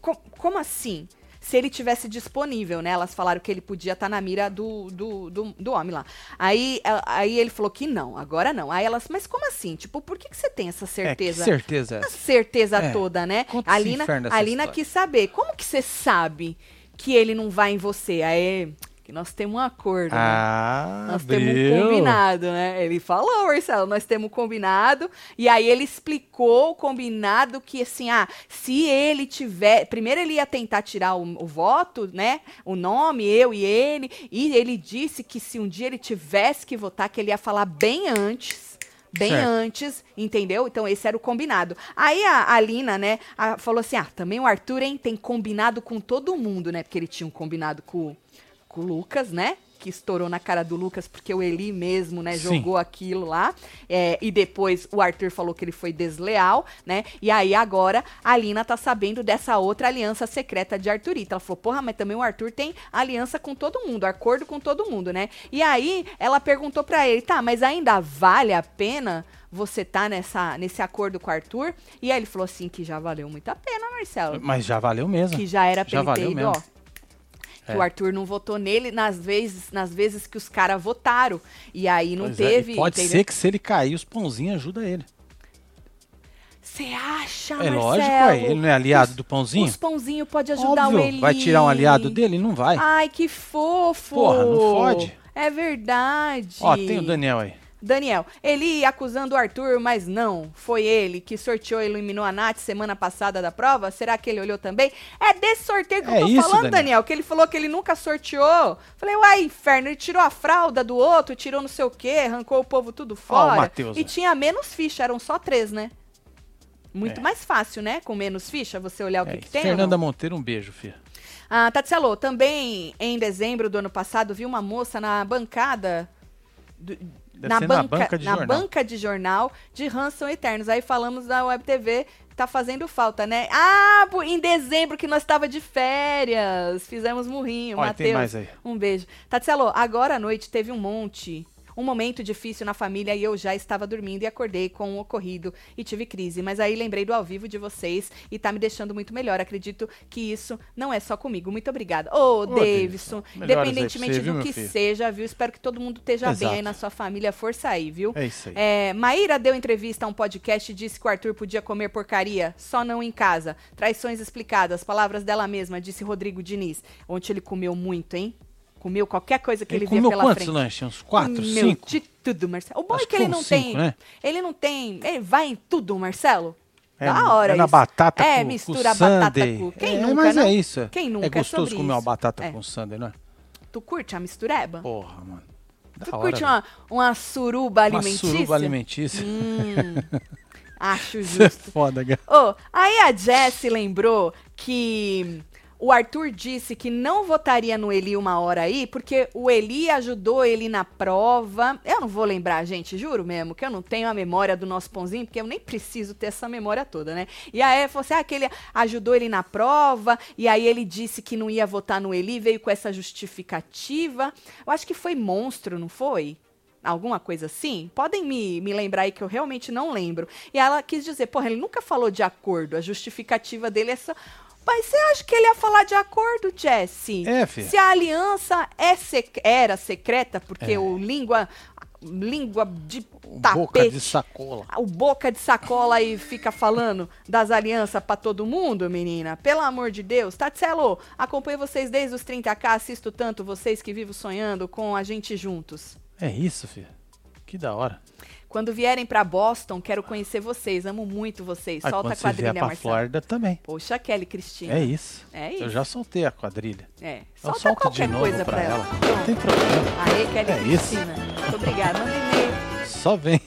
S2: Co- como assim? Se ele tivesse disponível, né? Elas falaram que ele podia estar na mira do, do, do, do homem lá. Aí, a- aí ele falou que não, agora não. Aí elas, mas como assim? Tipo, por que, que você tem essa
S1: É, que
S2: certeza?
S1: certeza é
S2: Essa
S1: essa?
S2: certeza
S1: É,
S2: toda, né?
S1: conta
S2: A
S1: esse
S2: Lina,
S1: inferno dessa
S2: a Lina
S1: história.
S2: quis saber. Como que você sabe que ele não vai em você? Aí, que nós temos um acordo, né?
S1: Ah,
S2: Nós temos um
S1: abriu.
S2: combinado, né? Ele falou, Marcelo, nós temos um combinado. E aí ele explicou o combinado que, assim, ah, se ele tiver. Primeiro ele ia tentar tirar o, o voto, né? O nome, eu e ele. E ele disse que se um dia ele tivesse que votar, que ele ia falar bem antes. Bem
S1: Certo.
S2: antes, entendeu? Então esse era o combinado. Aí a, a Lina, né, a- falou assim: ah, também o Arthur, hein, tem combinado com todo mundo, né? Porque ele tinha um combinado com, com o Lucas, né? que estourou na cara do Lucas, porque o Eli mesmo, né,
S1: Sim.
S2: jogou aquilo lá. É, e depois o Arthur falou que ele foi desleal, né? E aí agora a Lina tá sabendo dessa outra aliança secreta de Arthurita. Ela falou, porra, mas também o Arthur tem aliança com todo mundo, acordo com todo mundo, né? E aí ela perguntou pra ele, tá, mas ainda vale a pena você tá nessa, nesse acordo com o Arthur? E aí ele falou assim que já valeu muito a pena, Marcelo.
S1: Mas já valeu mesmo.
S2: Que já era pra
S1: Já
S2: ele ter
S1: valeu
S2: ido,
S1: mesmo.
S2: ó. Que
S1: É.
S2: o Arthur não votou nele nas vezes, nas vezes que os caras votaram. E aí não
S1: Pois é, e
S2: teve.
S1: pode
S2: entendeu?
S1: ser que se ele cair, os pãozinhos ajuda ele.
S2: Você acha,
S1: é
S2: Ah, Marcelo?
S1: lógico, é. Ele não é aliado do pãozinho?
S2: Os pãozinhos pode ajudar
S1: Óbvio.
S2: o Eli.
S1: Vai tirar um aliado dele? Não vai.
S2: Ai, que fofo.
S1: Porra, não fode.
S2: É verdade.
S1: Ó, tem o Daniel aí.
S2: Daniel, Eli acusando o Arthur, mas não. Foi ele que sorteou e eliminou a Nath semana passada da prova? Será que ele olhou também? É desse sorteio que
S1: É
S2: eu tô
S1: isso,
S2: falando, Daniel.
S1: Daniel.
S2: que ele falou que ele nunca sorteou. Falei, uai, inferno, ele tirou a fralda do outro, tirou não sei o quê, arrancou o povo tudo fora.
S1: Matheus, né?
S2: e
S1: ó.
S2: tinha menos ficha, eram só três, né? Muito
S1: É.
S2: mais fácil, né? Com menos ficha, você olhar o
S1: É
S2: que, que
S1: isso.
S2: tem. ou não?
S1: Fernanda Monteiro, um beijo, filha.
S2: Ah, Tati Salô, também em dezembro do ano passado, vi uma moça na bancada. do-
S1: Deve ser na banca de
S2: na
S1: jornal.
S2: banca de jornal de Hanson Eternos. Aí falamos da Web TV, tá fazendo falta, né? Ah, bu- em dezembro que nós estava de férias. Fizemos murrinho,
S1: Olha, tem
S2: Matheus.
S1: mais aí.
S2: Um beijo. Tati Salô, agora à noite teve um monte. Um momento difícil na família e eu já estava dormindo e acordei com o ocorrido e tive crise. Mas aí lembrei do ao vivo de vocês e tá me deixando muito melhor. Acredito que isso não é só comigo. Muito obrigada. Ô, Davidson,
S1: Davidson, melhoras aí
S2: independentemente
S1: pra você,
S2: do
S1: viu,
S2: que
S1: meu filho?
S2: seja, viu? Espero que todo mundo esteja bem
S1: Exato.
S2: aí na sua família. Força aí, viu?
S1: É isso aí.
S2: É, Maíra deu entrevista a um podcast e disse que o Arthur podia comer porcaria, só não em casa. Traições explicadas, palavras dela mesma, disse Rodrigo Diniz. Ontem ele comeu muito, hein? Comeu qualquer coisa que ele,
S1: Ele
S2: via
S1: comeu
S2: pela
S1: quantos
S2: frente.
S1: lanches? Uns quatro,
S2: Meu,
S1: cinco?
S2: de tudo, Marcelo. O bom
S1: Acho
S2: é que
S1: que
S2: ele
S1: foi
S2: não
S1: uns
S2: tem.
S1: cinco, né?
S2: Ele não tem. Ele vai em tudo, Marcelo.
S1: É,
S2: da hora
S1: é na
S2: isso.
S1: batata
S2: É,
S1: com- com
S2: mistura a batata
S1: sundae.
S2: com. Quem
S1: é,
S2: nunca,
S1: mas
S2: né?
S1: é isso. é.
S2: Quem nunca?
S1: É gostoso
S2: sobre
S1: comer uma
S2: isso.
S1: batata
S2: É.
S1: com sundae, não é?
S2: Tu curte a mistureba?
S1: Porra, mano. Da
S2: tu
S1: hora,
S2: curte
S1: velho.
S2: uma, uma suruba
S1: Uma
S2: alimentícia?
S1: suruba alimentícia.
S2: Hum, acho
S1: Isso é
S2: justo.
S1: foda, cara.
S2: Ô, aí a Jessie lembrou que o Arthur disse que não votaria no Eli uma hora aí, porque o Eli ajudou ele na prova. Eu não vou lembrar, gente, juro mesmo, que eu não tenho a memória do nosso pãozinho, porque eu nem preciso ter essa memória toda, né? E aí ela falou assim: ah, que ele ajudou ele na prova, e aí ele disse que não ia votar no Eli, veio com essa justificativa. Eu acho que foi monstro, não foi? Alguma coisa assim? Podem me, me lembrar aí que eu realmente não lembro. E ela quis dizer, porra, ele nunca falou de acordo. A justificativa dele é só. Mas você acha que ele ia falar de acordo, Jesse?
S1: É, filho.
S2: Se a aliança é sec- era secreta, porque o língua. Língua de tapete.
S1: É. Boca de sacola.
S2: O boca de sacola aí fica falando das alianças pra todo mundo, menina. Pelo amor de Deus. Tatselo, acompanho vocês desde os 30k, assisto tanto vocês que vivo sonhando com a gente juntos.
S1: É isso, filho. Que da hora.
S2: Quando vierem pra Boston, quero conhecer vocês. Amo muito vocês.
S1: Aí
S2: Solta
S1: quando
S2: a
S1: você vier
S2: quadrilha,
S1: pra
S2: Marcelo.
S1: Flórida também.
S2: Poxa, Kelly Cristina.
S1: É isso.
S2: É
S1: Eu
S2: isso.
S1: já soltei a quadrilha.
S2: É.
S1: Eu
S2: Solta
S1: solto de
S2: qualquer
S1: novo
S2: coisa
S1: pra,
S2: pra
S1: ela.
S2: ela.
S1: Não tem problema.
S2: Aê, Kelly
S1: É isso.
S2: Cristina. Muito obrigada. Manda e-mail.
S1: Só vem.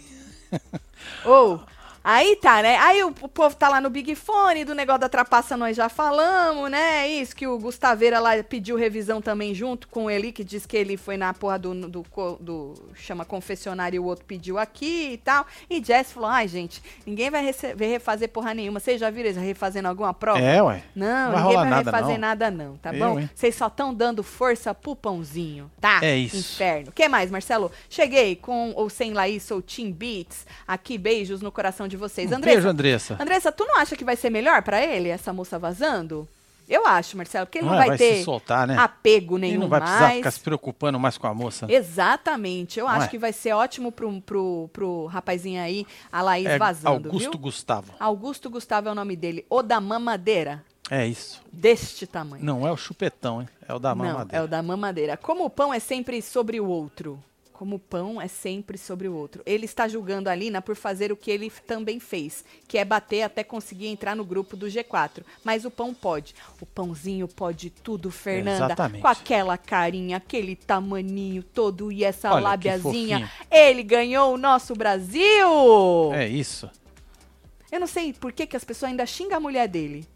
S2: Ou. Aí tá, né? Aí o, o povo tá lá no Big Fone, do negócio da trapaça nós já falamos, né? Isso que o Gustaveira lá pediu revisão também junto com ele, que diz que ele foi na porra do, do, co- do- chama confessionário e o outro pediu aqui e tal. E Jess falou, ai gente, ninguém vai rece- vai refazer porra nenhuma. Vocês já viram eles refazendo alguma prova?
S1: É, ué.
S2: Não,
S1: Não vai
S2: ninguém
S1: rolar
S2: vai
S1: nada,
S2: refazer
S1: não.
S2: nada não, tá
S1: Eu,
S2: bom?
S1: hein?
S2: Vocês só estão dando força pro pãozinho, tá?
S1: É isso.
S2: Inferno. que mais, Marcelo? Cheguei com ou sem Laís, sou Team Beats. Aqui, beijos no coração de vocês.
S1: Um
S2: Andressa,
S1: beijo, Andressa.
S2: Andressa, tu não acha que vai ser melhor pra ele, essa moça vazando? Eu acho, Marcelo, porque ele não,
S1: Ah,
S2: vai,
S1: vai
S2: ter
S1: se soltar, né?
S2: apego nenhum
S1: Ele não vai precisar
S2: mais.
S1: ficar se preocupando mais com a moça.
S2: Exatamente. Eu
S1: Não
S2: acho
S1: é?
S2: que vai ser ótimo pro, pro, pro rapazinho aí, a Laís
S1: É
S2: tá vazando,
S1: Augusto
S2: viu?
S1: Gustavo.
S2: Augusto Gustavo é o nome dele. O da mamadeira.
S1: É isso.
S2: Deste tamanho.
S1: Não é o chupetão, hein? É o da
S2: Não,
S1: mamadeira.
S2: é o da mamadeira. Como o pão é sempre sobre o outro. Como o pão é sempre sobre o outro. Ele está julgando a Lina por fazer o que ele também fez, que é bater até conseguir entrar no grupo do G4. Mas o pão pode. O pãozinho pode tudo, Fernanda.
S1: Exatamente.
S2: Com aquela carinha, aquele tamaninho todo e essa
S1: Olha, que
S2: lábiazinha.
S1: fofinho.
S2: Ele ganhou o nosso Brasil!
S1: É isso.
S2: Eu não sei por que, que as pessoas ainda xingam a mulher dele.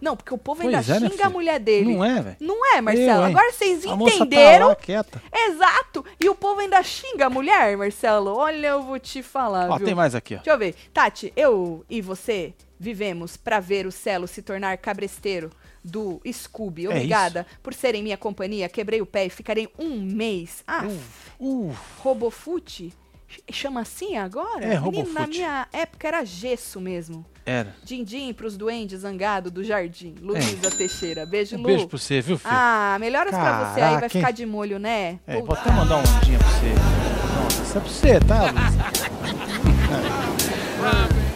S2: Não, porque o povo
S1: Pois
S2: ainda
S1: é, né,
S2: xinga
S1: filho?
S2: a mulher dele.
S1: Não é, velho?
S2: Não é, Marcelo?
S1: Eu, hein?
S2: Agora vocês
S1: A moça tá lá,
S2: entenderam.
S1: quieta.
S2: Exato. E o povo ainda xinga a mulher, Marcelo. Olha, eu vou te falar,
S1: Ó,
S2: viu?
S1: tem mais aqui, ó.
S2: Deixa eu ver. Tati, eu e você vivemos pra ver o Celo se tornar cabresteiro do Scooby.
S1: É
S2: Obrigada por serem minha companhia. Quebrei o pé e ficarei um mês. Ah,
S1: Uh, uh,
S2: Robofute? Ch- Chama assim agora?
S1: É,
S2: Menino, Na
S1: Robofute.
S2: minha época era gesso mesmo.
S1: era.
S2: Dindim pros duendes zangado do jardim. Luísa Teixeira. Beijo,
S1: Um
S2: Lu.
S1: É. beijo pra você, viu, filho?
S2: Ah, melhoras pra você aí, vai
S1: Caraca, hein?
S2: ficar de molho, né?
S1: é,
S2: Puta-
S1: vou até mandar um dia pra você. Nossa, isso é pra você, tá, Luiz?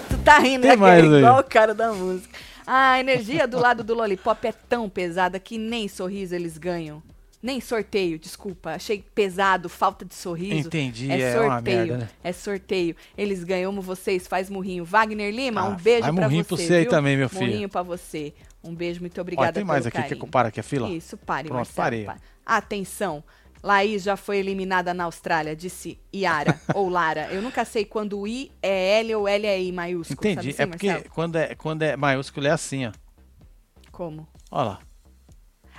S2: Tu tá rindo
S1: Tem
S2: né,
S1: mais
S2: cara?
S1: aí.
S2: igual o cara da música. A energia do lado do Lollipop é tão pesada que nem sorriso eles ganham. Nem sorteio, desculpa. Achei pesado, falta de sorriso.
S1: Entendi,
S2: É
S1: é,
S2: sorteio,
S1: uma merda, né?
S2: é sorteio. Eles ganham, amo vocês, faz murrinho. Wagner Lima,
S1: Ah,
S2: um beijo
S1: faz
S2: pra
S1: murrinho
S2: você.
S1: pra você aí
S2: viu?
S1: também, meu filho.
S2: Murrinho pra você. Um beijo, muito
S1: Ó,
S2: obrigada
S1: tem mais
S2: pelo
S1: aqui. Quer que
S2: carinho.
S1: eu pare aqui a fila?
S2: Isso, pare,
S1: Pronto,
S2: Marcelo.
S1: parei.
S2: pare. Atenção. Laís já foi eliminada na Austrália, disse Iara ou Lara. Eu nunca sei quando o I é L ou L é I maiúsculo.
S1: Entendi.
S2: Sabe assim,
S1: é porque
S2: Marcelo?
S1: quando é, quando é maiúsculo é assim, ó.
S2: Como?
S1: Ó lá.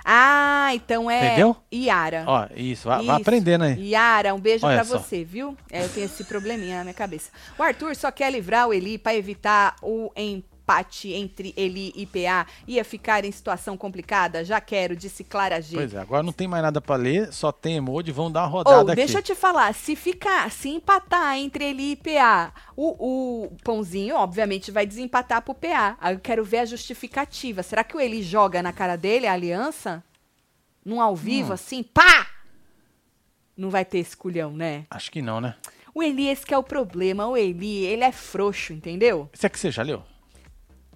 S2: Ah, então é
S1: Entendeu?
S2: Iara.
S1: Ó, isso. Vai, vai
S2: Isso.
S1: aprendendo aí.
S2: Yara, um beijo
S1: Olha
S2: pra
S1: só.
S2: você, viu? É, eu tenho esse probleminha na minha cabeça. O Arthur só quer livrar o Eli pra evitar o empate entre Eli e PA. Ia ficar em situação complicada, já quero, disse Clara G.
S1: Pois é, agora não tem mais nada pra ler, só tem emoji, vão dar uma
S2: Ou,
S1: rodada
S2: deixa eu te
S1: aqui.
S2: falar, se ficar, se empatar entre ele e PA, o, o Pãozinho, obviamente, vai desempatar pro PA. Aí eu quero ver a justificativa. Será que o Eli joga na cara dele a aliança? Num ao
S1: Hum.
S2: vivo, assim, pá! Não vai ter esculhão, né?
S1: Acho que não, né?
S2: O Eli, esse que é o problema. O Eli, ele é frouxo, entendeu?
S1: Esse aqui você já leu?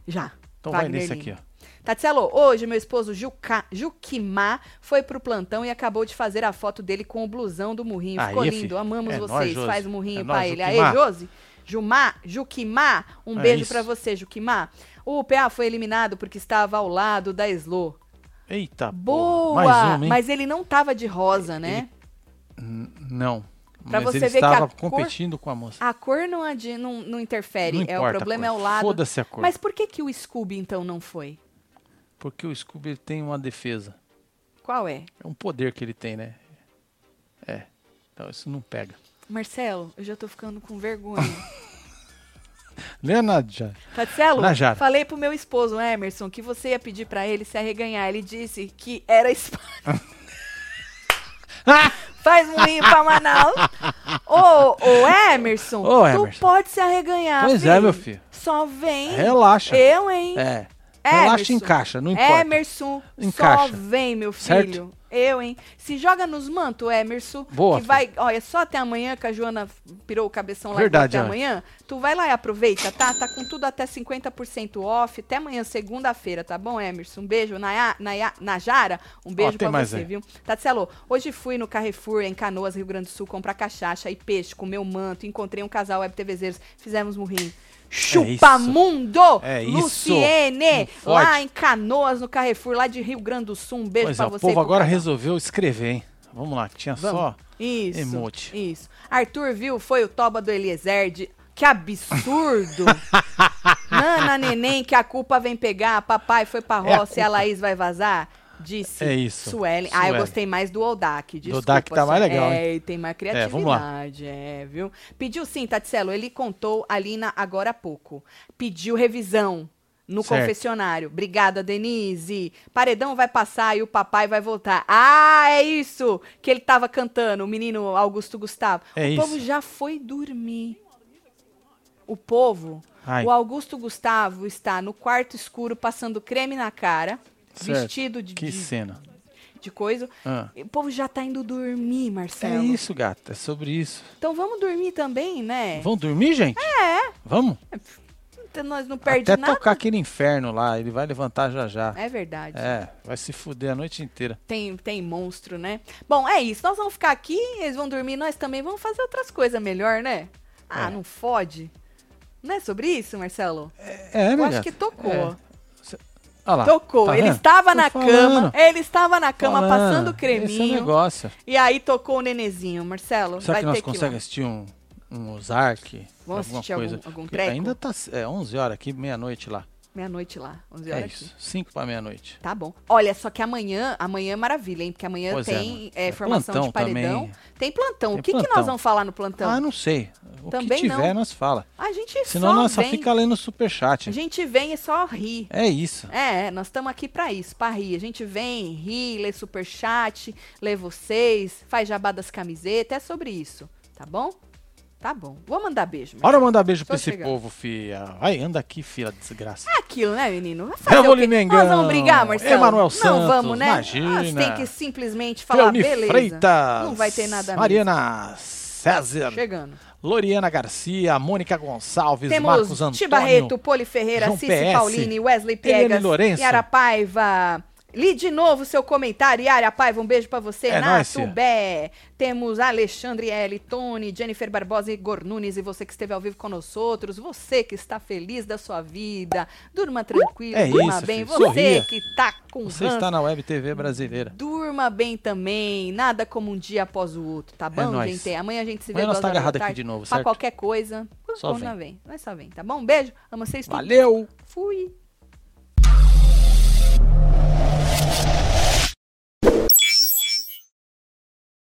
S2: Já.
S1: Então vai
S2: Wagner
S1: nesse
S2: Lima.
S1: aqui, ó.
S2: Tatielo, hoje meu esposo Juca, Juquimá foi pro plantão e acabou de fazer a foto dele com o blusão do Murrinho.
S1: Aí,
S2: Ficou lindo,
S1: fi.
S2: amamos
S1: É
S2: vocês.
S1: nóis, Josi.
S2: Faz murrinho
S1: É
S2: pra
S1: nóis,
S2: ele.
S1: Juquimá.
S2: Aê, Josi. Jumá, Juquimá, um
S1: É
S2: beijo
S1: isso.
S2: pra você, Juquimá. O PA foi eliminado porque estava ao lado da Slo.
S1: Eita,
S2: Boa!
S1: porra, Tá mais um, hein?
S2: mas ele não tava de rosa, né?
S1: Não.
S2: Pra
S1: mas
S2: você
S1: ele
S2: ver que
S1: estava
S2: a cor-
S1: competindo com a moça.
S2: A cor não, adi- não, não interfere.
S1: Não
S2: é
S1: importa
S2: O
S1: a
S2: problema é
S1: cor.
S2: o lado.
S1: Foda-se a cor.
S2: Mas por que, que o Scooby, então, não foi?
S1: Porque o Scooby ele tem uma defesa.
S2: Qual é?
S1: É um poder que ele tem, né? É. Então isso não pega.
S2: Marcelo, eu já tô ficando com vergonha.
S1: Leonardo já.
S2: Tatielo,
S1: Najara.
S2: Tá falei pro meu esposo, Emerson, que você ia pedir pra ele se arreganhar. Ele disse que era espada. Faz moinho pra Manaus. Ô, ô Emerson,
S1: Ô,
S2: tu
S1: Emerson.
S2: pode se arreganhar,
S1: Pois é, meu filho.
S2: Só vem.
S1: Relaxa.
S2: Eu, hein?
S1: É. Relaxa
S2: Emerson.
S1: e encaixa, não importa.
S2: Emerson,
S1: Encaixa.
S2: É, só vem, meu filho.
S1: Certo?
S2: Eu, hein? Se joga nos mantos, Emerson.
S1: Boa,
S2: Que vai, olha, só até amanhã que a Joana pirou o cabeção lá até
S1: Verdade, Ana.
S2: amanhã. Tu vai lá e aproveita, tá? Tá com tudo até 50% off. Até amanhã, segunda-feira, tá bom, Emerson? Um beijo. Naya, Naya, Najara, um beijo
S1: tem
S2: pra
S1: mais
S2: você,
S1: aí.
S2: viu? Tatselo, hoje fui no Carrefour, em Canoas, Rio Grande do Sul, comprar cachaça e peixe com meu manto. Encontrei um casal web TVzeiros, fizemos murrinho. Chupa
S1: É isso.
S2: mundo!
S1: É isso.
S2: Luciene,
S1: Não
S2: lá
S1: fode.
S2: em Canoas, no Carrefour, lá de Rio Grande do Sul. Um beijo
S1: Pois é,
S2: pra
S1: o
S2: você. e
S1: povo
S2: pro
S1: agora
S2: casal.
S1: resolveu escrever, hein? Vamos lá, que tinha
S2: Vamos.
S1: só.
S2: Isso.
S1: emote.
S2: Isso. Arthur viu, foi o toba do Eliezer. de- Que absurdo! Nana neném, que a culpa vem pegar. Papai foi pra
S1: É a
S2: roça e a Laís vai vazar. Disse
S1: É isso,
S2: Suelen. Ah, eu
S1: Suelen.
S2: gostei mais do Oldak. Desculpa,
S1: Oldak tá mais
S2: Suelen.
S1: legal,
S2: É, e tem mais
S1: É, vamos lá.
S2: criatividade. É, viu? Pediu sim, Tatselo. Ele contou a Lina agora há pouco. Pediu revisão no
S1: Certo.
S2: confessionário. Obrigada, Denise. Paredão vai passar e o papai vai voltar. Ah, é isso que ele tava cantando, o menino Augusto Gustavo.
S1: É
S2: o
S1: isso.
S2: povo já foi dormir. O povo,
S1: Ai.
S2: o Augusto Gustavo está no quarto escuro passando creme na cara,
S1: Certo.
S2: vestido de,
S1: Que
S2: de,
S1: cena.
S2: de coisa.
S1: Ah.
S2: O povo já tá indo dormir,
S1: É
S2: Marcelo.
S1: isso, gato. É sobre isso.
S2: Então vamos dormir também, né?
S1: Vão dormir, gente? É. Vamos?
S2: Então Nós não perde
S1: Até
S2: nada.
S1: tocar aquele inferno lá, ele vai levantar já já.
S2: É verdade.
S1: É, vai se fuder a noite inteira.
S2: Tem, tem monstro, né? Bom, é isso. Nós vamos ficar aqui, eles vão dormir, nós também vamos fazer outras coisas melhor, né? Ah,
S1: É.
S2: não fode. Não é sobre isso, Marcelo?
S1: É,
S2: Eu
S1: meu
S2: acho
S1: gato.
S2: que tocou.
S1: É. Olha lá,
S2: Tocou.
S1: tá
S2: ele
S1: vendo?
S2: estava
S1: Tô
S2: na
S1: falando,
S2: cama, ele estava na cama
S1: falando.
S2: passando o
S1: Esse é o
S2: creminho.
S1: negócio.
S2: e aí tocou o nenezinho, Marcelo.
S1: Será
S2: vai ter
S1: que nós
S2: que ir lá.
S1: conseguimos assistir um, um Ozark?
S2: Vamos
S1: alguma
S2: assistir
S1: coisa?
S2: algum- algum
S1: Porque
S2: treco?
S1: Ainda tá é, 11 horas aqui, meia-noite lá.
S2: Meia-noite lá, 11 horas.
S1: É
S2: aqui.
S1: isso. Cinco para meia-noite.
S2: Tá bom. Olha, só que amanhã, amanhã é maravilha, hein? Porque amanhã
S1: Pois é,
S2: tem
S1: mano.
S2: eh,
S1: É
S2: formação de
S1: plantão
S2: paredão.
S1: também.
S2: Tem plantão.
S1: Tem
S2: o que, que nós
S1: plantão.
S2: vamos falar no plantão?
S1: Ah, não sei. O
S2: Então. Também
S1: que tiver,
S2: não.
S1: nós fala.
S2: A gente
S1: Senão
S2: só
S1: nós só
S2: vem.
S1: fica lendo superchat.
S2: A gente vem e só ri.
S1: É isso.
S2: É, nós estamos aqui pra isso, pra rir. A gente vem, ri, lê superchat, lê vocês, faz jabá das camisetas, é sobre isso, tá bom? Tá bom. Vou mandar beijo. mas-
S1: Bora mandar beijo
S2: Tô
S1: pra esse
S2: chegando.
S1: povo, fia. Vai, anda aqui, fila desgraça.
S2: É aquilo, né, menino? Vai
S1: Eu
S2: fazer
S1: vou
S2: o quê?
S1: lhe Mengão.
S2: Nós vamos brigar, Marcelo?
S1: Emanuel
S2: Não
S1: Santos,
S2: vamos, né?
S1: imagina.
S2: Ah, você tem que simplesmente falar,
S1: Felmi
S2: beleza.
S1: Freitas.
S2: Não vai ter nada mesmo.
S1: Mariana César.
S2: Chegando.
S1: Loriana Garcia, Mônica Gonçalves, Marcos
S2: Temos
S1: Antônio.
S2: Tibarreto, Poli Ferreira,
S1: João
S2: Cici
S1: PS,
S2: Paulini, Wesley Piegas,
S1: Helene Lourenço.
S2: Yara Paiva. Li de novo seu comentário, Yara Paiva, um beijo pra você,
S1: É nóis, tia.
S2: Natubé. Temos Alexandre L, Tony, Jennifer Barbosa e Igor Nunes, e você que esteve ao vivo com nós outros, você que está feliz da sua vida, durma tranquilo,
S1: É
S2: durma
S1: isso,
S2: bem,
S1: filho,
S2: você
S1: sorria.
S2: que tá com
S1: Você
S2: ranço,
S1: está na Web TV brasileira.
S2: Durma bem também, nada como um dia após o outro, tá bom,
S1: É nóis.
S2: gente? Amanhã a gente se vê
S1: Amanhã nós
S2: duas
S1: tá
S2: horas da
S1: agarrado aqui
S2: tarde.
S1: de novo,
S2: Pra
S1: certo?
S2: qualquer coisa,
S1: Só
S2: é quando nós vem. Nós só vem, tá bom? Beijo, amo vocês. tudo.
S1: Valeu!
S2: Fui.